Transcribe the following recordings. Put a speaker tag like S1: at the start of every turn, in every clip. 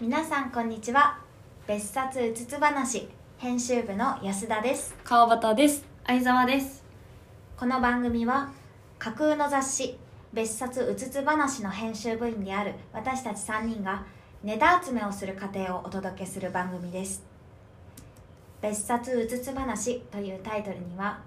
S1: 皆さんこんにちは別冊うつつ話編集部の安田です
S2: 川端です
S3: 相沢です
S1: この番組は架空の雑誌別冊うつつ話の編集部員である私たち3人がネタ集めをする過程をお届けする番組です別冊うつつ話というタイトルには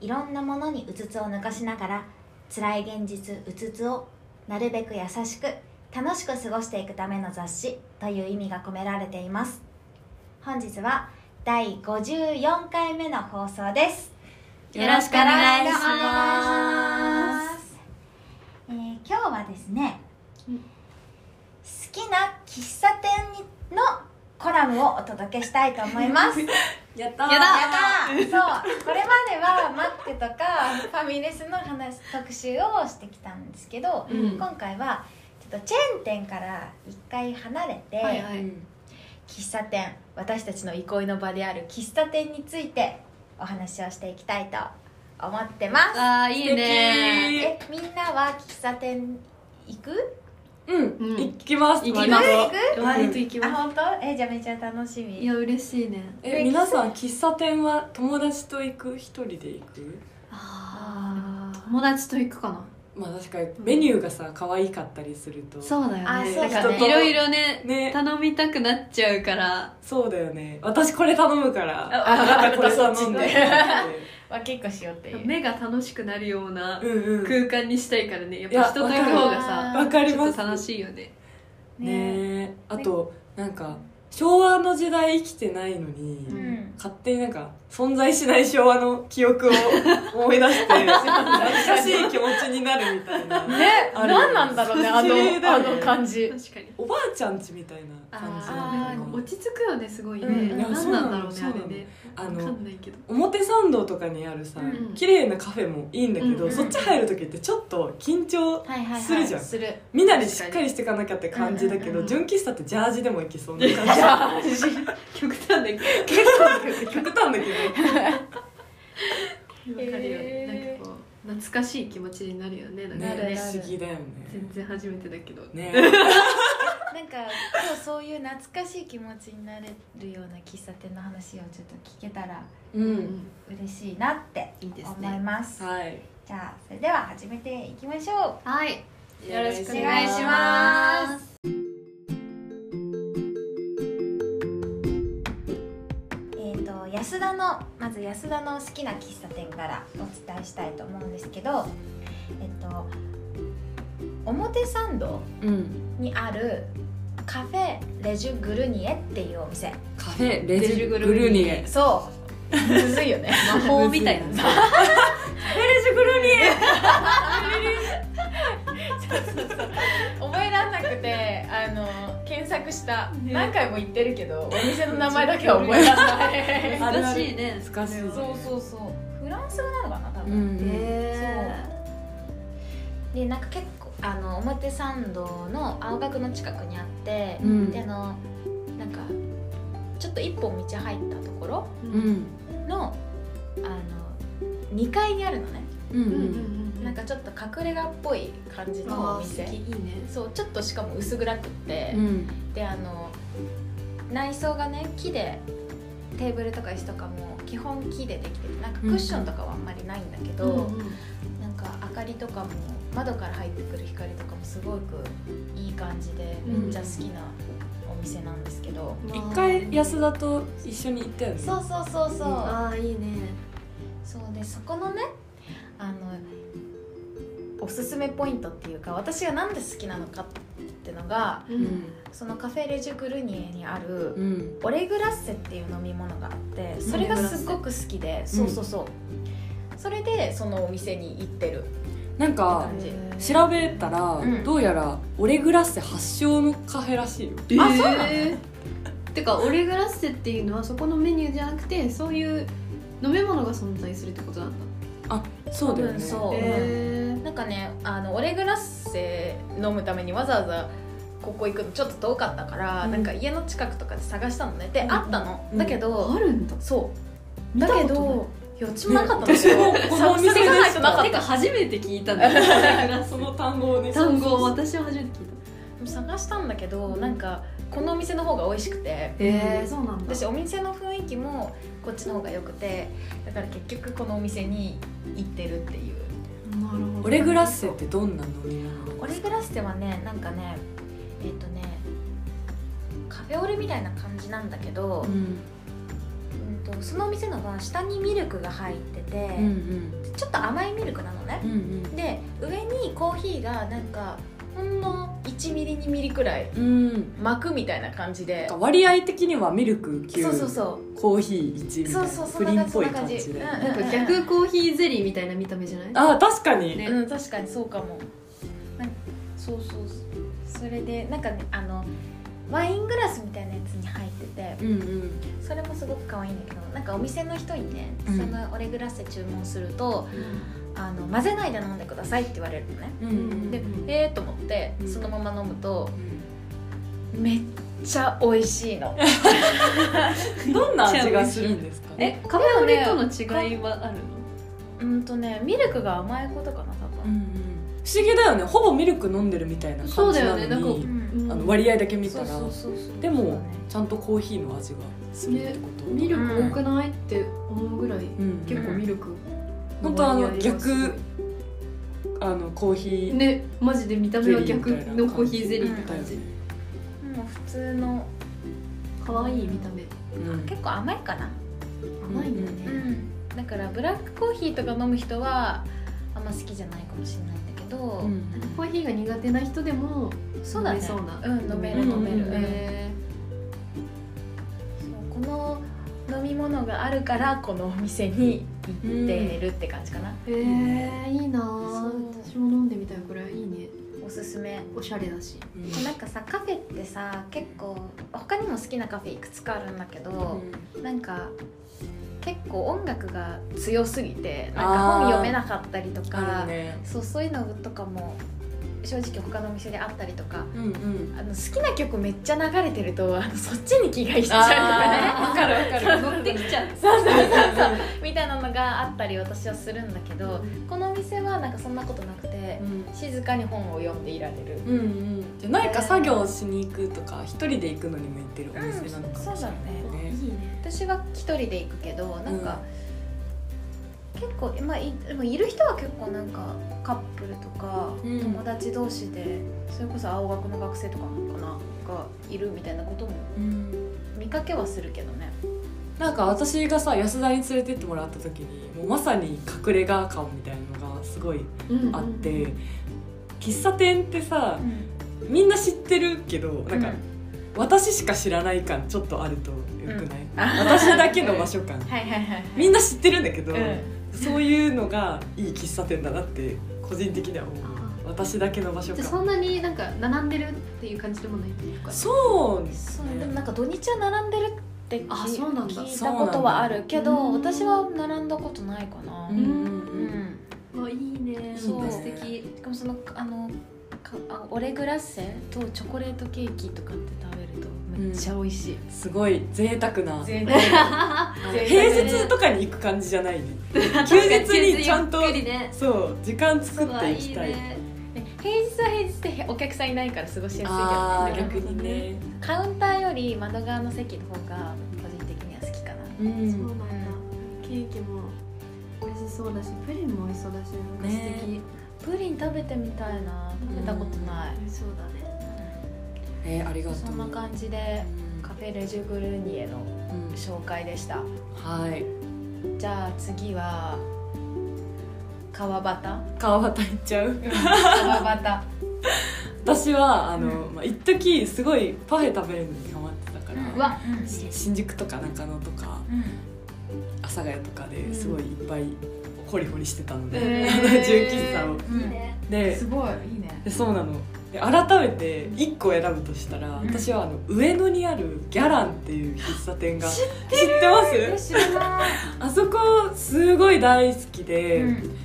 S1: いろんなものにうつつを抜かしながら辛い現実うつつをなるべく優しく楽しく過ごしていくための雑誌という意味が込められています本日は第54回目の放送です、
S3: よろしくお願いします
S1: えー今日はですね、
S3: うん
S1: 好きな喫茶店にのコラムをお届けしたいと思いますやっ
S2: やった
S3: ーやだ
S1: たそうこれまではマックとかファミレスの話特集をしてきたんですけど、
S2: うん
S1: 今回はちょっとチェーン店から一回離れて、
S3: はいはい
S1: 喫茶店私たちの憩いの場である喫茶店についてお話をしていきたいと思ってます
S3: あーいいね
S1: えみんなは喫茶店行く
S2: うん、
S3: うん
S2: 行きます
S3: 行き
S2: 割
S3: ま
S2: と
S3: す
S1: 行
S2: う
S1: く
S2: ん割と行き
S1: あ
S2: ます
S1: 本当えじゃあめちゃ楽しみ
S3: いや嬉しいね
S2: え皆さん喫茶店は友達と行く一人で行く
S1: あー
S3: 友達と行くかな
S2: まあ確かにメニューがさ可愛かったりすると
S3: そうだよ
S1: あ
S3: ね
S1: そうだね
S3: なんかいろいろね
S2: ね
S3: 頼みたくなっちゃうから
S2: そうだよね私これ頼むから
S1: あ
S2: なんかこれさ飲んで
S1: わけっこしようっていう
S3: 目が楽しくなるような
S2: うんうん
S3: 空間にしたいからねやっぱ人と行く方がさ
S2: わかり
S3: ちょ
S2: ま
S3: っ
S2: す
S3: と楽しいよね
S2: ねえあとなんか昭和の時代生きてないのに、
S1: うん
S2: 勝手になんか存在しない昭和の記憶を思い出 して懐かしい気持ちになるみたいな
S1: ね
S2: ある
S1: 何なんだろうねあ
S2: 不思議だ
S1: のあ
S2: よね
S1: の感じ
S3: 確かに
S2: おばあちゃんちみたいな感じ
S3: あ
S2: な
S3: ー
S2: のかも
S3: 落ち着くよねすごいね、
S1: うん
S3: なん、何なんだろうね
S2: そう
S3: あ
S2: なの
S3: れね
S2: あ
S3: わか
S2: の
S3: んないけど
S2: 表参道とかにあるさ、
S1: うん
S2: 綺麗なカフェもいいんだけど、
S3: うん
S2: そっち入る時ってちょっと緊張
S1: はいはいはい
S2: するじゃん
S1: する
S2: 身なりしっかりしていかなきゃって感じだけど、
S1: うん
S2: 純喫茶ってジャージでもいけそうな感じ
S3: 極端だけど
S2: 極端だけど
S3: わかるよね、
S1: へー
S3: なんかこう懐かしい気持ちになるよねなんか
S1: なる
S3: ね
S2: ね不思議だよね
S3: 全然初めてだけど
S2: ね
S1: なんか今日そういう懐かしい気持ちになれるような喫茶店の話をちょっと聞けたら
S2: う
S3: うんん
S1: 嬉しいなって
S3: いいです
S1: 思い
S3: ね
S1: ます
S2: はい
S1: じゃあそれでは始めていきましょ
S3: はいよろしく
S1: う
S3: お願いします
S1: えー、と安田のまず安田の好きな喫茶店からお伝えしたいと思うんですけど、えっと、表参道
S2: うん
S1: にあるカフェレジュグルニエっていうお店
S2: カフェレ
S3: ジ
S2: ジグ
S3: グ
S2: ル
S3: ル
S2: ニ
S3: ニ
S2: エ
S3: エ
S1: そうむずいよね
S3: 魔法みたいな
S2: むずい
S3: さ
S2: レジグルニエ
S1: 覚えらんなくてあの検索した、
S3: ね
S1: 何回も言ってるけどお店の名前だけは覚えらんない
S2: ある
S3: 難しいね
S2: 難しい
S1: そうそうそうフランス語なのかな多分、
S3: え
S1: でなんか結構あの表参道の青学の近くにあって、
S2: うん
S1: であのなんかちょっと一本道入ったところ
S2: うん
S1: のあの2階にあるのね、
S2: うん
S3: ー、うんう
S2: うん
S3: んうん
S1: なんかちょっと隠れ家っぽい感じのお
S3: あー
S1: 店
S3: 素敵いいね
S1: そうちょっとしかも薄暗くって、
S2: うん
S1: であの内装がね木でテーブルとか椅子とかも基本木でできててなんかクッションとかはあんまりないんだけど、
S3: うんうん
S1: なんか明かりとかも窓から入ってくる光とかもすごくいい感じで
S3: うん
S1: めっちゃ好きなお店なんですけど、
S3: まあ
S2: 一回安田と一緒に行ったよね
S1: そうそうそうそう、
S3: ああいいね
S1: そうでそこのねあのおすすめポイントっていうか私がなんで好きなのかってのが
S3: う
S2: うんん
S1: そのカフェレジュグルニエにある、
S2: うん
S1: オレグラッセっていう飲み物があってそれがすごく好きでそうそうそう、それでそのお店に行ってる
S2: なんか
S1: 感じ、
S2: 調べたら
S1: うん
S2: どうやらオレグラッセ発祥のカフェらしいよ
S3: あ
S1: あそうなの
S3: てかオレグラッセっていうのはそこのメニューじゃなくてそういう飲み物が存在するってことなんだ
S2: そうだよね
S1: そう
S3: へ
S1: なんかねあのオレグラッセ飲むためにわざわざここ行くのちょっと遠かったから、
S3: うん
S1: なんか家の近くとかで探したのねで、
S3: ん
S1: あったの、
S2: うん
S1: だけど、
S3: ーあるんだ
S1: そう
S3: 見た
S1: だ
S3: ことな
S1: け
S3: い
S1: どいやうちもなかったん ですよ
S2: ねうちもこのお店
S1: 探さないとなかった
S3: てか初めて聞いたんだよ
S2: その単語をね
S3: 単語を
S2: そうそう
S3: 私は初めて聞い
S1: 探したんだけど、なんかこのお店の方が美味しくて
S3: えー、そうなんだ
S1: 私お店の雰囲気もこっちの方が良くてだから結局このお店に行ってるっていう
S3: なるほど
S2: オレグラッセってどんな飲み物
S1: オレグラステはねなんかねえっ、とねカフェオレみたいな感じなんだけど、
S2: うん
S1: うんとそのお店のは下にミルクが入ってて、
S2: うん
S1: ちょっと甘いミルクなのね
S2: うんうん
S1: で上にコーヒーがなんかほんの1ミリ2ミリくらい
S2: うんなん
S1: 巻くみたいな感じで
S2: か割合的にはミルク9
S1: そうそうそ
S2: コーヒー1
S1: う
S2: みたい
S1: そう
S2: な
S1: そうそ
S2: プ
S1: ん
S2: リン
S1: な
S2: っぽい感
S1: 感
S2: じ
S1: じ
S2: で
S1: そんな感じ
S3: なんか逆コーヒーゼリーみたいな見た目じゃない
S2: あー確かに、
S3: ね
S1: うん、確かにそうかもなんそうそうそれでなんかねあのワイングラスみたいなやつに入ってて
S2: うんうん
S1: それもすごく可愛いんだけどなんかお店の人にね、
S2: うん
S1: そのオレグラッセ注文するとあの混ぜないで飲んでくださいって言われるのね
S2: うん
S1: で、
S3: うん
S1: えーと思って
S2: うん
S1: そのまま飲むとめっちゃ美味しい の
S2: どんな味がするんですか
S3: えカフェオレとの違いはあるの
S1: うんとねミルクが甘いことかな多
S2: うん
S1: 分、
S2: うん不思議だよねほぼミルク飲んでるみたいな
S3: そ
S2: 感
S3: う
S2: じ
S3: だ
S2: な
S3: よ
S2: のに
S3: ねなんか
S1: うん
S2: あ
S3: うん
S2: の割合だけ見たら
S1: そうそうそうそう
S2: で
S1: そうだ
S2: も
S1: ね
S2: ちゃんとコーヒーの味がするってこと、
S3: ミルク多くないって思うぐらい
S2: うん、
S3: 結構ミルク
S2: 本当あの
S3: 割合がすごい
S2: 逆あのコーヒー、
S3: ねマジで見た目は逆のコーヒーゼリーって
S2: だよ
S3: 感
S2: ね
S3: じ
S1: もう普通の
S3: 可愛い見た目
S2: うん
S1: 結構甘いかな
S3: 甘いんだ
S1: う
S3: ね
S1: んだからブラックコーヒーとか飲む人はあんま好きじゃないかもしれないんだけど、
S2: うん
S3: コーヒーが苦手な人でも
S1: そうだね
S3: 飲めそうな
S1: うん飲める
S2: うん
S1: 飲める、
S2: うん
S1: えーそうこの飲み物があるからこのお店に行ってるって感じかな、
S3: えー、いいなあ
S1: そう
S3: 私も飲んでみたいこれいいね
S1: おすすめ
S3: おしゃれだし
S2: うん
S1: なんかさカフェってさ結構他にも好きなカフェいくつかあるんだけど、なんか結構音楽が強すぎてなんか本読めなかったりと
S2: あ
S1: か、
S2: るね
S1: そうそういうのとかも正直他のお店であったりとか
S2: うんうん
S1: あの好きな曲めっちゃ流れてるとあのそっちに気がいっちゃう
S2: あーわかるわかる
S3: 乗ってきちゃう
S1: そうそうそうそうみたいなのがあったり私はするんだけどこのお店はなんかそんなことなくて静かに本を読んでいられる
S2: うんうんじゃあ何か作業しに行くとか一人で行くのに向いてるお店なのかもしれない
S1: うん
S3: い
S2: ね、
S3: いね
S1: 私は一人で行くけどなんか、結構、まあ、いでもいる人は結構なんかカップルとか、
S2: うん
S1: 友達同士でそれこそ青学の学生とかなのかながいるみたいなことも
S2: うん
S1: 見かけはするけどね
S2: なんか私がさ安田に連れてってもらった時にもうまさに隠れ家感みたいなのがすごいあって、喫茶店ってさみんな知ってるけどなんか、
S1: うん
S2: 私しか知らない感ちょっとあるとよくない、
S1: あ
S2: 私だけの場所感
S1: はいはいはい
S2: みんな知ってるんだけど、
S1: うん
S2: そういうのがいい喫茶店だなって個人的には思う
S3: あ
S2: 私だけの場所
S3: じゃあそ
S2: 感
S3: んなになんか並んでるっていう感じでもないっていうか
S2: そうです
S1: そ
S2: ね
S1: うでもなんか土日は並んでるって
S3: あ
S1: き
S3: そうなんだ
S1: 聞いたことはあるけど
S3: そうなんだ
S1: 私は並んだことないかな
S2: うん
S1: う
S2: うん
S1: ん
S3: あいいね
S1: そう
S3: 素敵
S1: しかもそのあのかあオレグラッセとチョコレートケーキとかって食べるとめっちゃ美味しい、
S2: すごい贅沢な
S1: 全
S2: 平日とかに行く感じじゃないね休日にちゃんと
S3: ゆっくりね
S2: そう時間作っていきたい
S1: ね平日は平日でへお客さんいないから過ごしやすいけどね
S2: ああ
S1: だから
S2: 逆にね
S1: カウンターより窓側の席の方が個人的には好きかな
S2: う
S3: そうなん
S2: ん
S3: だケーキも美味しそうだしプリンも美味しそうだしなんか素敵、
S2: ね
S1: プリン食べてみたいな食べたことない、
S3: 美味しそうだね
S2: えーありがとう
S1: そんな感じで
S2: うん
S1: カフェレジュグルーニエの
S2: うん
S1: 紹介でした
S2: はい
S1: じゃあ次は川端
S2: 川端行っちゃう
S1: 川端
S2: 私はあの、
S1: う
S2: まあ、一時すごいパフェ食べるのにハマってたから、
S1: うん
S3: うわ
S1: うん
S2: し新宿とか中野とか阿佐ヶ谷とかですごいいっぱいホリホリしてたので、
S1: へー
S2: 純喫茶を
S1: うん
S3: ね
S2: です
S1: ごいいいね
S2: でそうなので改めて1個選ぶとしたら、
S1: うん
S2: 私はあの上野にあるギャランっていう喫茶店が知ってます
S1: 知らない、
S2: あそこすごい大好きで、
S1: うん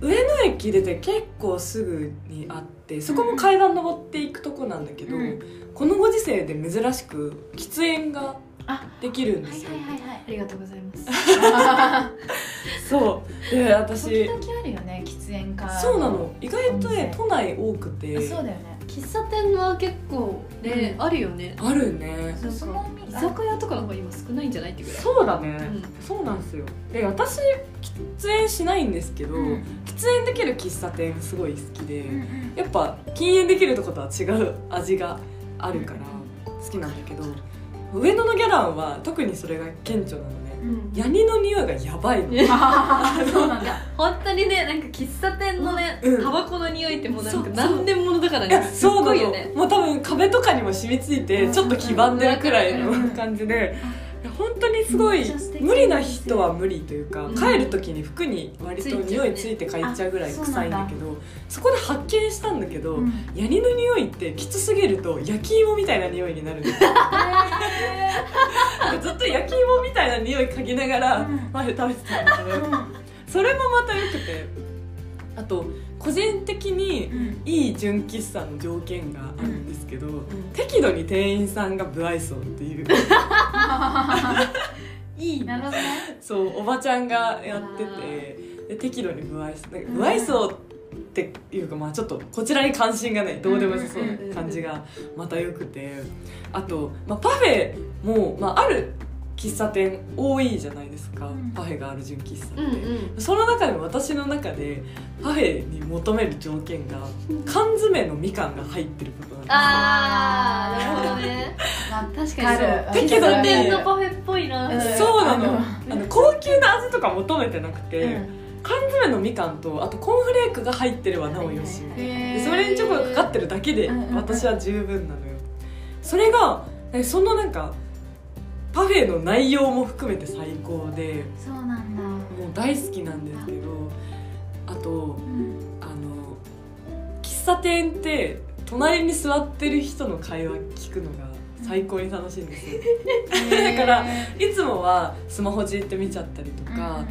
S2: 上野駅出て結構すぐにあってそこも階段登っていくとこなんだけど、
S1: うん
S2: このご時世で珍しく喫煙ができるんで
S1: はい
S2: すよ、
S1: はいはいはい
S3: ありがとうございます
S2: そうで私
S1: 時々あるよね喫煙家
S2: そうなの意外と
S1: お店
S2: ね都内多くて
S1: そうだよね
S3: 喫茶店は結構ね、あるよね
S2: あるね
S3: なん
S4: そ
S3: か
S4: のみ
S3: 居酒屋とかの方が今少ないんじゃないってぐらい
S2: そうだね、
S3: うん
S2: そうなんですよで私喫煙しないんですけど、
S4: うん
S2: 喫煙できる喫茶店すごい好きで、
S4: うんうん
S2: やっぱ禁煙できるとことは違う味があるから好きなんだけど上野のギャランは特にそれが顕著なのね
S4: うん
S2: ヤニの匂いがやばいの
S4: あーそうなんだ
S3: 本当にねなんか喫茶店のね
S2: うん
S3: タバコの匂いってもうなん
S2: そ
S3: か
S2: う
S3: 何年ものだから
S2: いや
S3: ねすっ
S2: そう
S3: ご
S2: ない
S3: よ
S2: の、
S3: ね
S2: もう多分壁とかにも染みついてちょっと黄ばんでるくらいの
S4: うんうん
S2: 感じでいや本当にすごい
S4: めっちゃ素敵
S2: 無理な人は無理というか
S3: うん
S2: 帰る時に服に割と匂いついて帰っちゃうぐらい臭いんだけどそこで発見したんだけど
S4: うん
S2: ヤニの匂いってきつすぎると焼き芋みたいな匂いになるんです よずっと焼き芋みたいな匂い嗅ぎながら
S4: うん
S2: 前食べてたんだけどそれもまた良くてあと個人的に
S4: うん
S2: いい純喫茶の条件があるんですけど、
S3: ん
S2: 適度に店員さんが不愛想っていう
S3: いい
S4: なるほどね
S2: そうおばちゃんがやっててで適度に不愛想なんか不愛想っていうかまあちょっとこちらに関心がないどうでもよさそうな感じがまたよくてあと、まあ、パフェも、まあ、ある喫茶店多いじゃないですか、
S4: うん
S2: パフェがある純喫茶って。
S3: うんうん
S2: その中で私の中でパフェに求める条件が缶詰のみかんが入ってることなんですよ
S3: あーなるほどね
S4: わ
S3: 確かにそう
S4: かる
S2: 適度に
S3: 喫茶店のパフェっぽいな、
S4: うん
S2: そうな
S4: あ
S2: の
S4: の
S2: あの高級な味とか求めてなくて、
S4: うん
S2: 缶詰のみかんとあとコーンフレークが入ってればなおよし、
S4: はい
S2: でそれにチョコがかかってるだけで
S4: うんうんうん
S2: 私は十分なのよ、それがえそのなんかパフェの内容も含めて最高で
S4: そうなんだ
S2: もう大好きなんですけどあと
S4: うん
S2: あの喫茶店って隣に座ってる人の会話聞くのが最高に楽しいんですよ、だからいつもはスマホじって見ちゃったりとか、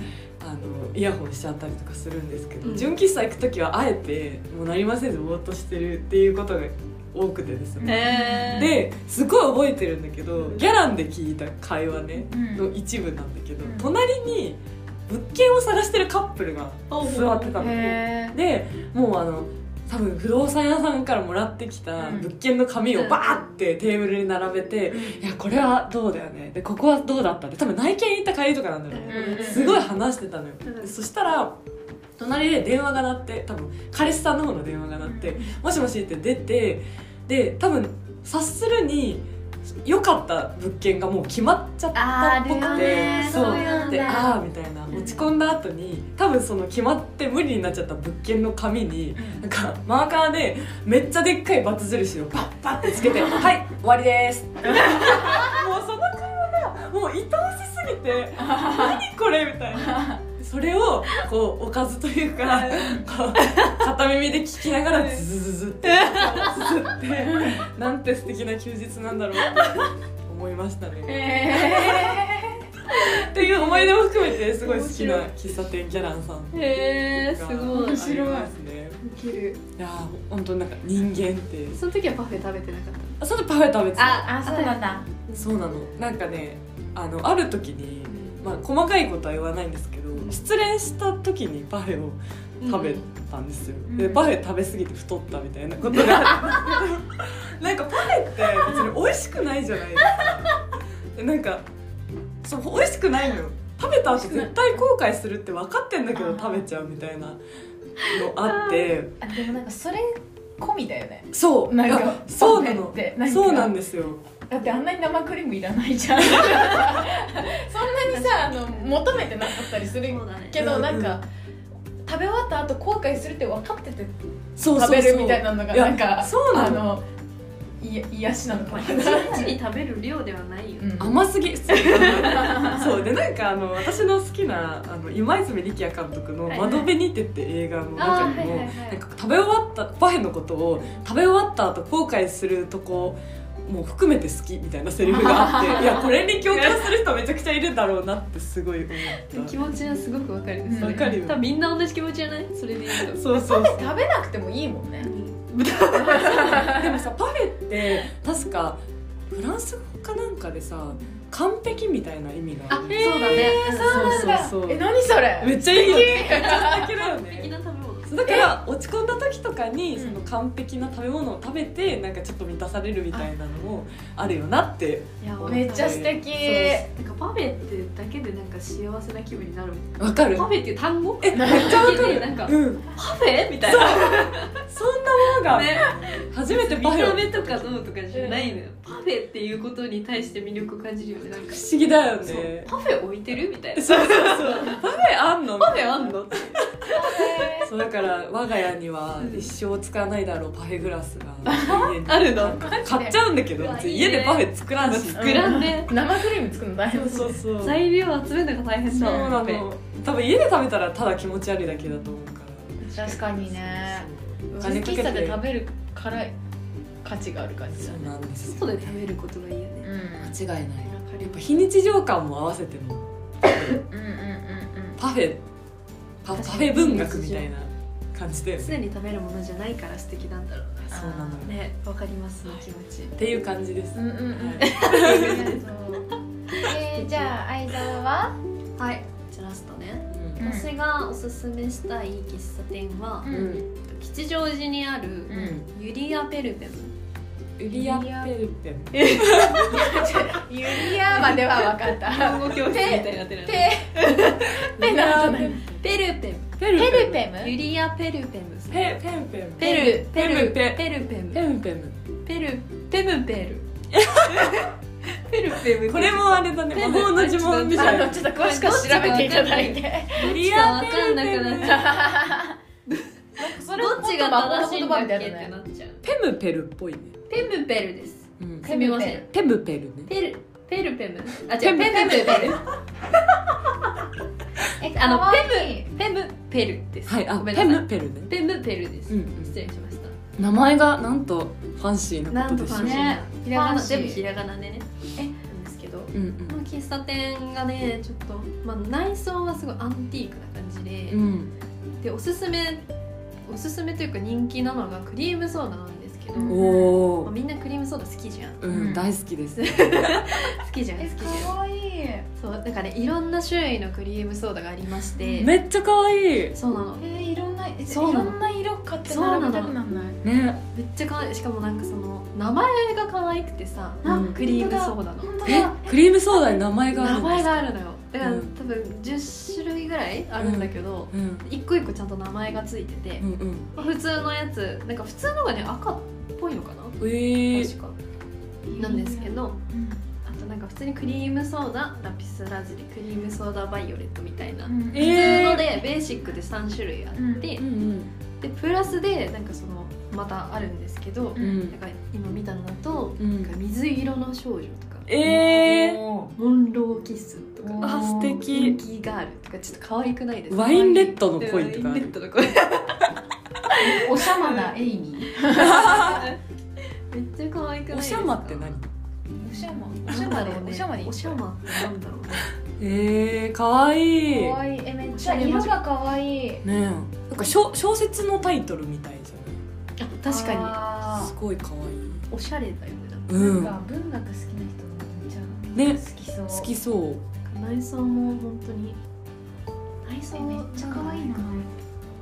S2: あのイヤホンしちゃったりとかするんですけど、
S3: うん
S2: 純喫茶行く時はあえてもう何もせずぼーっとしてるっていうことが多くてです
S3: へー
S2: ね、ですごい覚えてるんだけどギャランで聞いた会話ね
S4: うん
S2: の一部なんだけど、
S4: うん
S2: 隣に物件を探してるカップルが座ってたの。
S1: へー
S2: でもうあの多分不動産屋さんからもらってきた
S4: うん
S2: 物件の紙をバーってテーブルに並べて、いやこれはどうだよねでここはどうだったって多分内見行った帰りとかなんだろうね、
S4: うん
S2: すごい話してたのよ、
S3: うん
S2: でそしたら隣で電話が鳴って多分彼氏さんの方の電話が鳴って、もしもしって出てで多分察するに良かった物件がもう決まっちゃったっぽ
S4: あ
S2: く
S4: るよ
S2: て
S4: ね
S2: そう
S4: そういうの
S2: で
S4: ね
S2: ああみたいな落ち込んだ後に多分その決まって無理になっちゃった物件の紙になんかマーカーでめっちゃでっかいバツ印をパッパッてつけて 「はい終わりです」 もうその会話がもう愛おしすぎて「何これ」みたいな。それをこうおかずというかこう片耳で聞きながらズズズズってズズってなんて素敵な休日なんだろうって思いましたね。っていう思い出も含めてすごい好きな喫茶店ギャランさんが
S3: へえすごい
S2: ありますね
S3: いける
S2: いやー本当になんか人間って
S3: その時はパフェ食べてなかった
S2: あそれパフェ食べてた
S4: あそうなんだ
S2: そうなのなんかねあのある時に、まあ、細かいことは言わないんですけど失恋した時にパフェを食べたんですよ、
S4: ん
S2: でパフェ食べ過ぎて太ったみたいなこ とがなんかパフェって別に美味しくないじゃないですかでなんかそう美味しくないのよ食べた後絶対後悔するって分かってんだけど食べちゃうみたいなのあって
S1: あでもなんかそれ込みだよね
S2: そう
S1: なんか
S2: いやそうな
S1: パフェ
S2: の
S1: ってなんか
S2: そうなんですよ
S1: だってあんなに生クリームいらない じゃんそんなにさあの求めてなかったりする
S3: そうだね
S1: け
S2: う
S1: ど
S2: ん
S1: なんか食べ終わった後後悔するって分かってて
S2: そうそ
S1: 食
S2: うそ
S1: べ
S2: う
S1: るみたいなのが
S2: いや
S1: なんか
S2: そうな
S1: あ
S2: の
S1: のいや癒しなのか
S3: まあ
S1: な
S3: 一日に食べる量ではないよ
S1: う。ん
S2: 甘すぎ そうでなんかあの私の好きなあの今泉力也監督の
S3: は
S2: 「
S3: いはい
S2: 窓辺にて」って映画の中に
S3: あー
S2: も
S3: はいはいはい
S2: なんか食べ終わったパフェのことを食べ終わった後後悔するとこもう含めて好きみたいなセリフがあっ ていやこれに共感する人めちゃくちゃいるんだろうなってすごい思っ
S3: 気持ちはすごくわかる。
S1: うん
S2: たわかるよ
S3: 多分みんな同じ気持ちじゃない？それで言うと。
S2: そうそうそう
S1: 食べなくてもいいもんね
S2: でもさパフェって確かフランス語かなんかでさ完璧みたいな意味が
S3: あ、
S2: あ
S3: そうだ
S2: る
S3: ね。
S2: そうそうそう
S1: え何それ
S2: めっちゃいいよねめっちゃ素敵だよね
S3: 的な食べ物。
S2: そうだから落ち込んだ時とかにその完璧な食べ物を食べてなんかちょっと満たされるみたいなのもあるよなって
S3: いや
S1: めっちゃ素敵え
S3: なんかパフェってだけでなんか幸せな気分になる
S2: わかる
S3: パフェっていう単語
S2: えめっちゃわかる
S3: なんか
S2: うん
S3: パフェみたいな
S2: そんなものが
S3: ね
S2: 初めて
S3: 見
S2: パフェを
S3: た目とかどうとかじゃないのよパフェっていうことに対して魅力を感じるよねなんか
S2: 不思議だよ
S3: そう
S2: ね
S3: パフェ置いてるみたいな
S2: そうそうそうパフェあんの
S3: パフェあんのって
S2: そうだから我が家には一生使わないだろうパフェグラス が
S3: あるの
S2: 買っちゃうんだけど別に家でパフェ作らんし
S1: うわい
S3: グ
S1: いね
S3: ランデ
S1: 生クリーム作るの大変
S2: そうそうそう
S3: 材料集めるのが大変だ
S2: な
S3: パフェ
S2: の多分家で食べたらただ気持ち悪いだけだと思うから
S1: 確かにね
S2: そうそうお金かけ
S1: 喫
S2: て
S1: 茶で食べるから価値がある感じだ
S2: そう
S1: ね
S2: なんですよ
S3: 外で食べることがいいよね
S1: う
S2: 間違いない
S3: わ
S2: や
S3: か
S2: っぱ非日常感も合わせても
S1: んうんうんうん
S2: パフェパパフェ文学みたいな感じでそ
S3: 常に食べるものじゃないから素敵なんだろう
S2: うなのよ
S3: ねわかりますその気持ち
S2: っていう感じです、
S1: うんうんうん
S2: はい
S1: えー、じゃあ相沢は
S3: はいじゃあラストね
S2: うん
S3: 私がおすすめしたい喫茶店は
S1: う
S2: うんん
S3: 吉祥寺にある
S2: うん
S3: ユリアペルベム
S2: ウリアペルペン
S1: ユリアまでは分かった
S3: 単語 教室みたいになってる
S1: ペペンなんじゃない
S3: ペルペム
S2: ペル
S1: ペル
S2: ペ
S1: ペム
S3: ユリアペルペムさん
S2: ペペンペン
S3: ペル
S2: ペ
S3: ペ
S2: ル
S3: ル
S2: ペ
S3: ペルペム
S2: ペンペン
S3: ペルペムペルペルペム
S2: これもあれだね魔法の呪文み
S1: あ
S2: たい
S1: の
S2: な
S1: ちょっと詳しく調べていただいて
S2: ウ
S3: ちょっ
S2: リ
S3: と
S2: ア
S3: わ
S2: ペ
S3: かん
S2: ル
S3: な
S2: ペ
S3: くなっ
S2: ム
S3: ちゃ
S1: なんかそうれも
S3: どっちが正しいんだっけ
S1: 言
S3: っ
S1: 葉
S3: て
S1: みたいだね
S3: なっちゃう
S2: ペムペルっぽいね、
S3: ペムペルです
S2: うん、
S3: すみません
S2: ペムペルね
S3: ペルペルペムあ
S2: ペ
S3: 違う
S2: ム
S3: ペムペル
S1: え
S3: あの
S1: 可愛い
S3: ペムペムペルです
S2: はいあ
S3: ごめん
S2: ペ
S3: なさ
S2: ム
S3: い
S2: ペルね
S3: ペムペルです
S2: うんうん
S3: 失礼しました
S2: 名前がなんとファンシーなことでしょ
S3: ファ
S2: う
S3: ンシ
S1: ひ
S3: ーね
S1: らがな
S3: あ全部ひらがなでねえなんですけど
S2: うん
S3: この喫茶店がねちょっと、まあ、内装はすごいアンティークな感じで、
S2: うんうん
S3: でおすすめおすすめというか人気なのがクリームソーダなんですけど、
S2: お
S3: まあ、
S2: お
S3: みんなクリームソーダ好きじゃん好
S2: うん、
S1: うん
S2: 大好 きです
S1: え
S3: きじゃん好きじゃん
S1: 可愛いえ
S3: そうなんかねいろんな種類のクリームソーダがありまして、
S2: めっちゃ可愛い
S3: そうなの
S1: ー、いろんなえ
S3: そう
S1: い
S3: な
S1: ろ
S3: の
S1: んな色買って並べたくなんない
S2: ね
S3: めっちゃ可愛いしかもなんかその名前が可愛くてさ
S2: なの
S1: あ
S2: うん
S3: クリームソーダの
S1: 本当だ
S2: えクリームソーダに名前がある
S3: 名
S2: んで
S3: 前
S2: すか
S3: があるのよだから、
S2: うん
S3: 多分10種類ぐらいあるんだけど、
S2: うん
S3: 一個一個ちゃんと名前がついてて、
S2: うんうん
S3: まあ普通のやつなんか普通のがね赤っぽいのかな
S2: えー
S3: 確かなんですけど
S1: うん
S3: あとなんか普通にクリームソーダラピスラズリクリームソーダバイオレットみたいな、
S1: うん
S2: え
S3: 普通のでベーシックで3種類あって、
S1: うん
S3: で
S2: うん
S3: プラスでなんかそのまたあるんですけど、
S2: うんう
S3: なん
S2: ん
S3: か今見たのだと
S2: う
S3: なんか
S2: ん
S3: 水色の少女とか
S2: えー
S1: おー
S3: モンローキスとか
S1: お
S2: あ素
S3: キン
S2: 敵
S3: キーガールとかちょっと可愛くないですか
S2: ワインレッドの恋とか
S3: ワインレッドの 恋めっ
S1: おしゃまなエイミー
S3: ちゃ可愛くないですか
S2: おしゃまって何
S1: おしゃま
S3: お
S1: お
S3: し
S1: し
S3: ゃ
S1: ゃ
S3: ま
S1: ま
S3: だ
S1: で
S3: ろうね
S1: おしゃまでいい
S3: おしゃまってなんだろうね
S2: えー、可愛い
S1: 可愛いえめっちゃ色が可愛い
S2: ねえなんか小小説のタイトルみたいじゃ
S3: あ確か
S2: ない
S1: あ
S2: すごい可愛い
S3: におしゃれだよねなんか
S1: ー
S2: うん
S1: なんか文学好きな人もめっちゃ
S2: ね
S1: 好きそう
S2: 好きそう
S3: 内装も本当に内装
S1: えめっちゃ可愛いな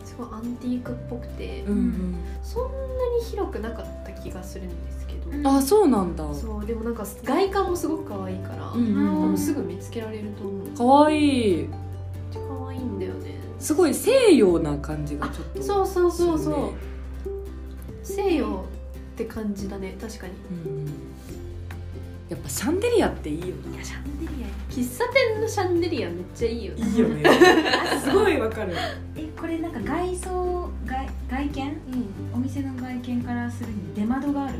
S3: すごいアンティークっぽくて、
S2: うん
S3: そんなに広くなかった気がするんですけど、
S2: うんあそうなんだ
S3: そうでもなんか外観もすごく可愛いから、
S2: うんうん
S1: ん
S3: すぐ見つけられると思うめっ
S2: 可愛い
S3: ちゃ可愛いんだよね
S2: すごい西洋な感じがちょっと
S3: そうそうそう
S2: す
S3: そう、
S2: るね
S3: 西洋って感じだね確かに
S2: うんうんやっぱシャンデリアっていいよ
S3: いやシャンデリア喫茶店のシャンデリアめっちゃいいよね
S2: いいよ ねすごいわかる
S4: えこれなんか外装外外見
S3: うん
S4: お店の外見からするに出窓がある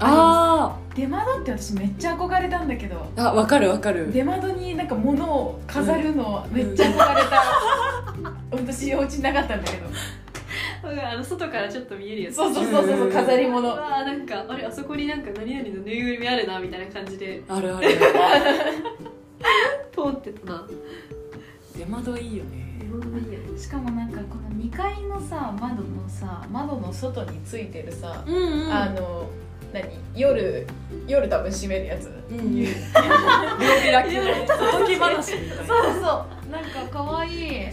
S2: あ
S5: 出窓って私めっちゃ憧れたんだけど
S2: ーあわかるわかる
S5: 出窓になんか物を飾るのめっちゃ憧れた、私お家なかったんだけど
S3: あの外からちょっと見えるやつ
S5: そうそうそうそうそう飾り
S3: う
S5: 物
S3: わーなんかあれあそこになんか何々のぬいぐるみあるなみたいな感じで
S2: あるある
S3: 通ってたな
S2: 出窓いいよね
S5: しかもなんかこの2階のさ窓のさ窓の外についてるさ、
S2: うんうん
S5: あの何夜夜多分閉めるやつ
S2: うん うん、両 開きのおとぎ話みたいな
S5: そうなんか可愛い
S3: 確かに
S2: や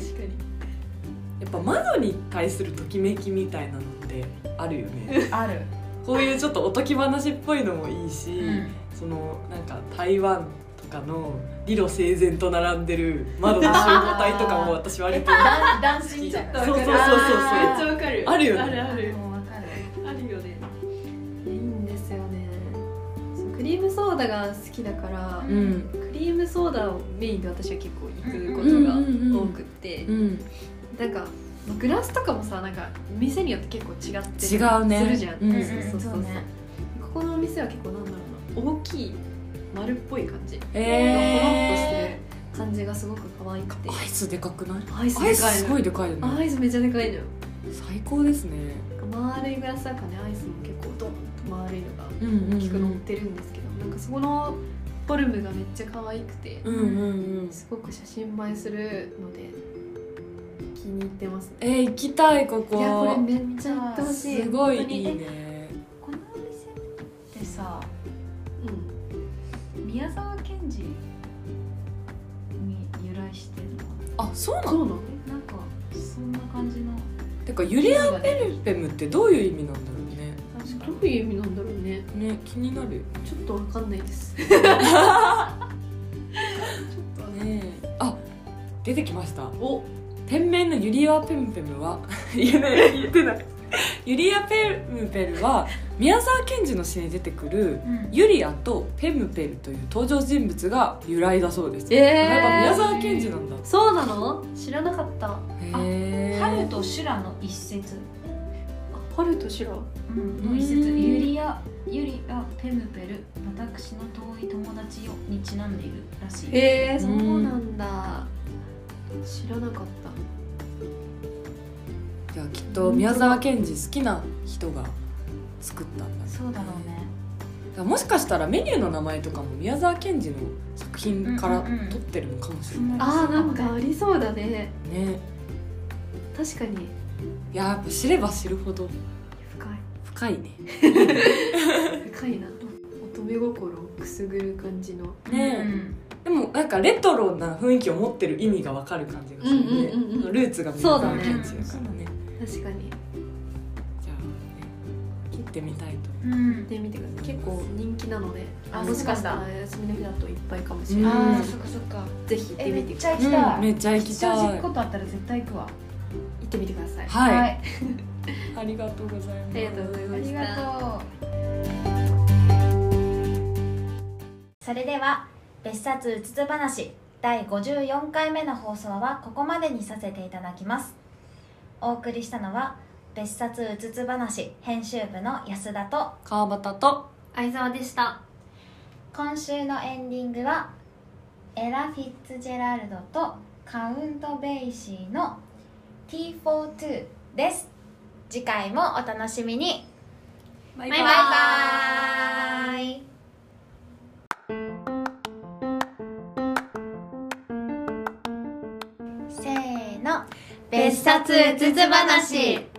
S2: っぱ窓に対するときめきみたいなのってあるよね
S5: あ る、
S2: こういうちょっとおとき話っぽいのもいいし、
S5: うん
S2: そのなんか台湾とかの理路整然と並んでる窓の集合体とかも私割と
S5: 男子みたいな
S2: そうそうそうそ
S3: め
S2: う
S3: っちゃわかる
S2: あるよね
S3: あるある
S5: もうわかる
S3: あるよねいいんですよねそうクリームソーダが好きだから
S2: う、ん
S3: クリームソーダをメインで私は結構行くこ
S2: うんうん
S3: と
S2: う
S3: が多
S2: ん
S3: くって、
S2: うん
S3: なんかグラスとかもさなんか店によって結構違って
S2: 違うね
S3: するじゃん、
S2: うん
S3: そうそうそうそう
S5: ね
S3: ここのお店は結構なんだろうな大きい丸っぽい感じほろっとして
S2: え
S3: る感じがすごく可愛くて
S2: ー、アイスでかくない
S3: アイス
S2: アイ
S3: で
S2: ス
S3: かい
S2: す
S3: の
S2: ご
S3: よ
S2: いでかいよね
S3: アイスめっちゃでかいのよ
S2: 最高ですね
S3: 丸いグラスだからねアイスも結構ドンと丸いのが
S2: うんうんうん
S3: 大きく乗ってるんですけど、なんかそこのフォルムがめっちゃ可愛くて、
S2: うんうんうん
S3: すごく写真映えするので気に入ってますね
S2: えー、行きたいここ
S3: いやこれめっちゃ行ってほしい
S2: すごい
S3: 本当
S2: い
S3: に
S2: いね
S4: このお店ってさ
S3: うん
S4: 宮沢賢治に由来してるのか
S2: あそうな
S3: そう
S2: の
S3: なの
S4: ななんかそんな感じの
S2: てかゆりやん
S3: ペル
S2: ペムってどういう意味なんだろうね
S3: どういう意味なんだろうね
S2: ね気になる
S3: ちょっとわかんないですちょっとわかんない
S2: ねえあ出てきました
S3: お
S2: 店名のゆりやペムペムは 言えない言えてないゆりやペムペルは宮沢賢治の詩に出てくる
S4: うん
S2: ユリアとペムペルという登場人物が由来だそうです、
S3: えー
S2: やっぱ宮沢賢治なんだ
S3: そうなの知らなかったあ
S2: へ
S4: 春と修羅の一節
S3: 春と白
S4: うん
S2: うん
S4: の一節ゆりやゆりやペムペル私の遠い友達よにちなんでいるらしい
S3: えー、そうなんだ知らなかった
S2: じゃあきっと宮沢賢治好きな人が作ったんだね
S4: そうだろうね
S2: だからもしかしたらメニューの名前とかも宮沢賢治の作品から取ってるのかもしれない
S3: あーなんかありそうだね
S2: ね
S3: 確かに
S2: いややっぱ知れば知るほど深い
S3: 深い
S2: ね
S3: 深いな乙女心をくすぐる感じの
S2: ね
S4: うん
S2: でもなんかレトロな雰囲気を持ってる意味がわかる感じがするね、
S3: うんうんうんうん
S2: ルーツが宮沢賢治だからね
S3: 確かに
S2: じゃあね行ってみたいと
S4: うん
S3: で見てください結構人気なので
S5: あ
S3: もしかしたら休みの日だといっぱいかもしれない、
S2: うん
S5: あーそっかそっか
S3: ぜひ行って
S4: え
S3: み
S4: め
S3: て
S4: っ
S3: く
S4: ち
S3: ださい
S4: ゃ行きた
S2: うん
S4: い
S2: めっちゃ行き
S5: 正
S2: たい
S5: 直ことあったら絶対行くわ
S3: 行ってみてくださいあ
S2: はい、
S4: い
S2: ありがとうございます
S3: りがとうござい
S4: あ
S3: ま
S4: り
S3: した
S4: がとう。それでは別冊うつつ話第54回目の放送はここまでにさせていただきます。お送りしたのは別冊うつつ話編集部の安田と
S2: 川端と
S3: 相沢でした
S4: 今週のエンディングはエラ・フィッツジェラルドとカウント・ベイシーの T42 です。次回もお楽しみに。
S2: バ
S4: バイバイせーの別冊うつつ話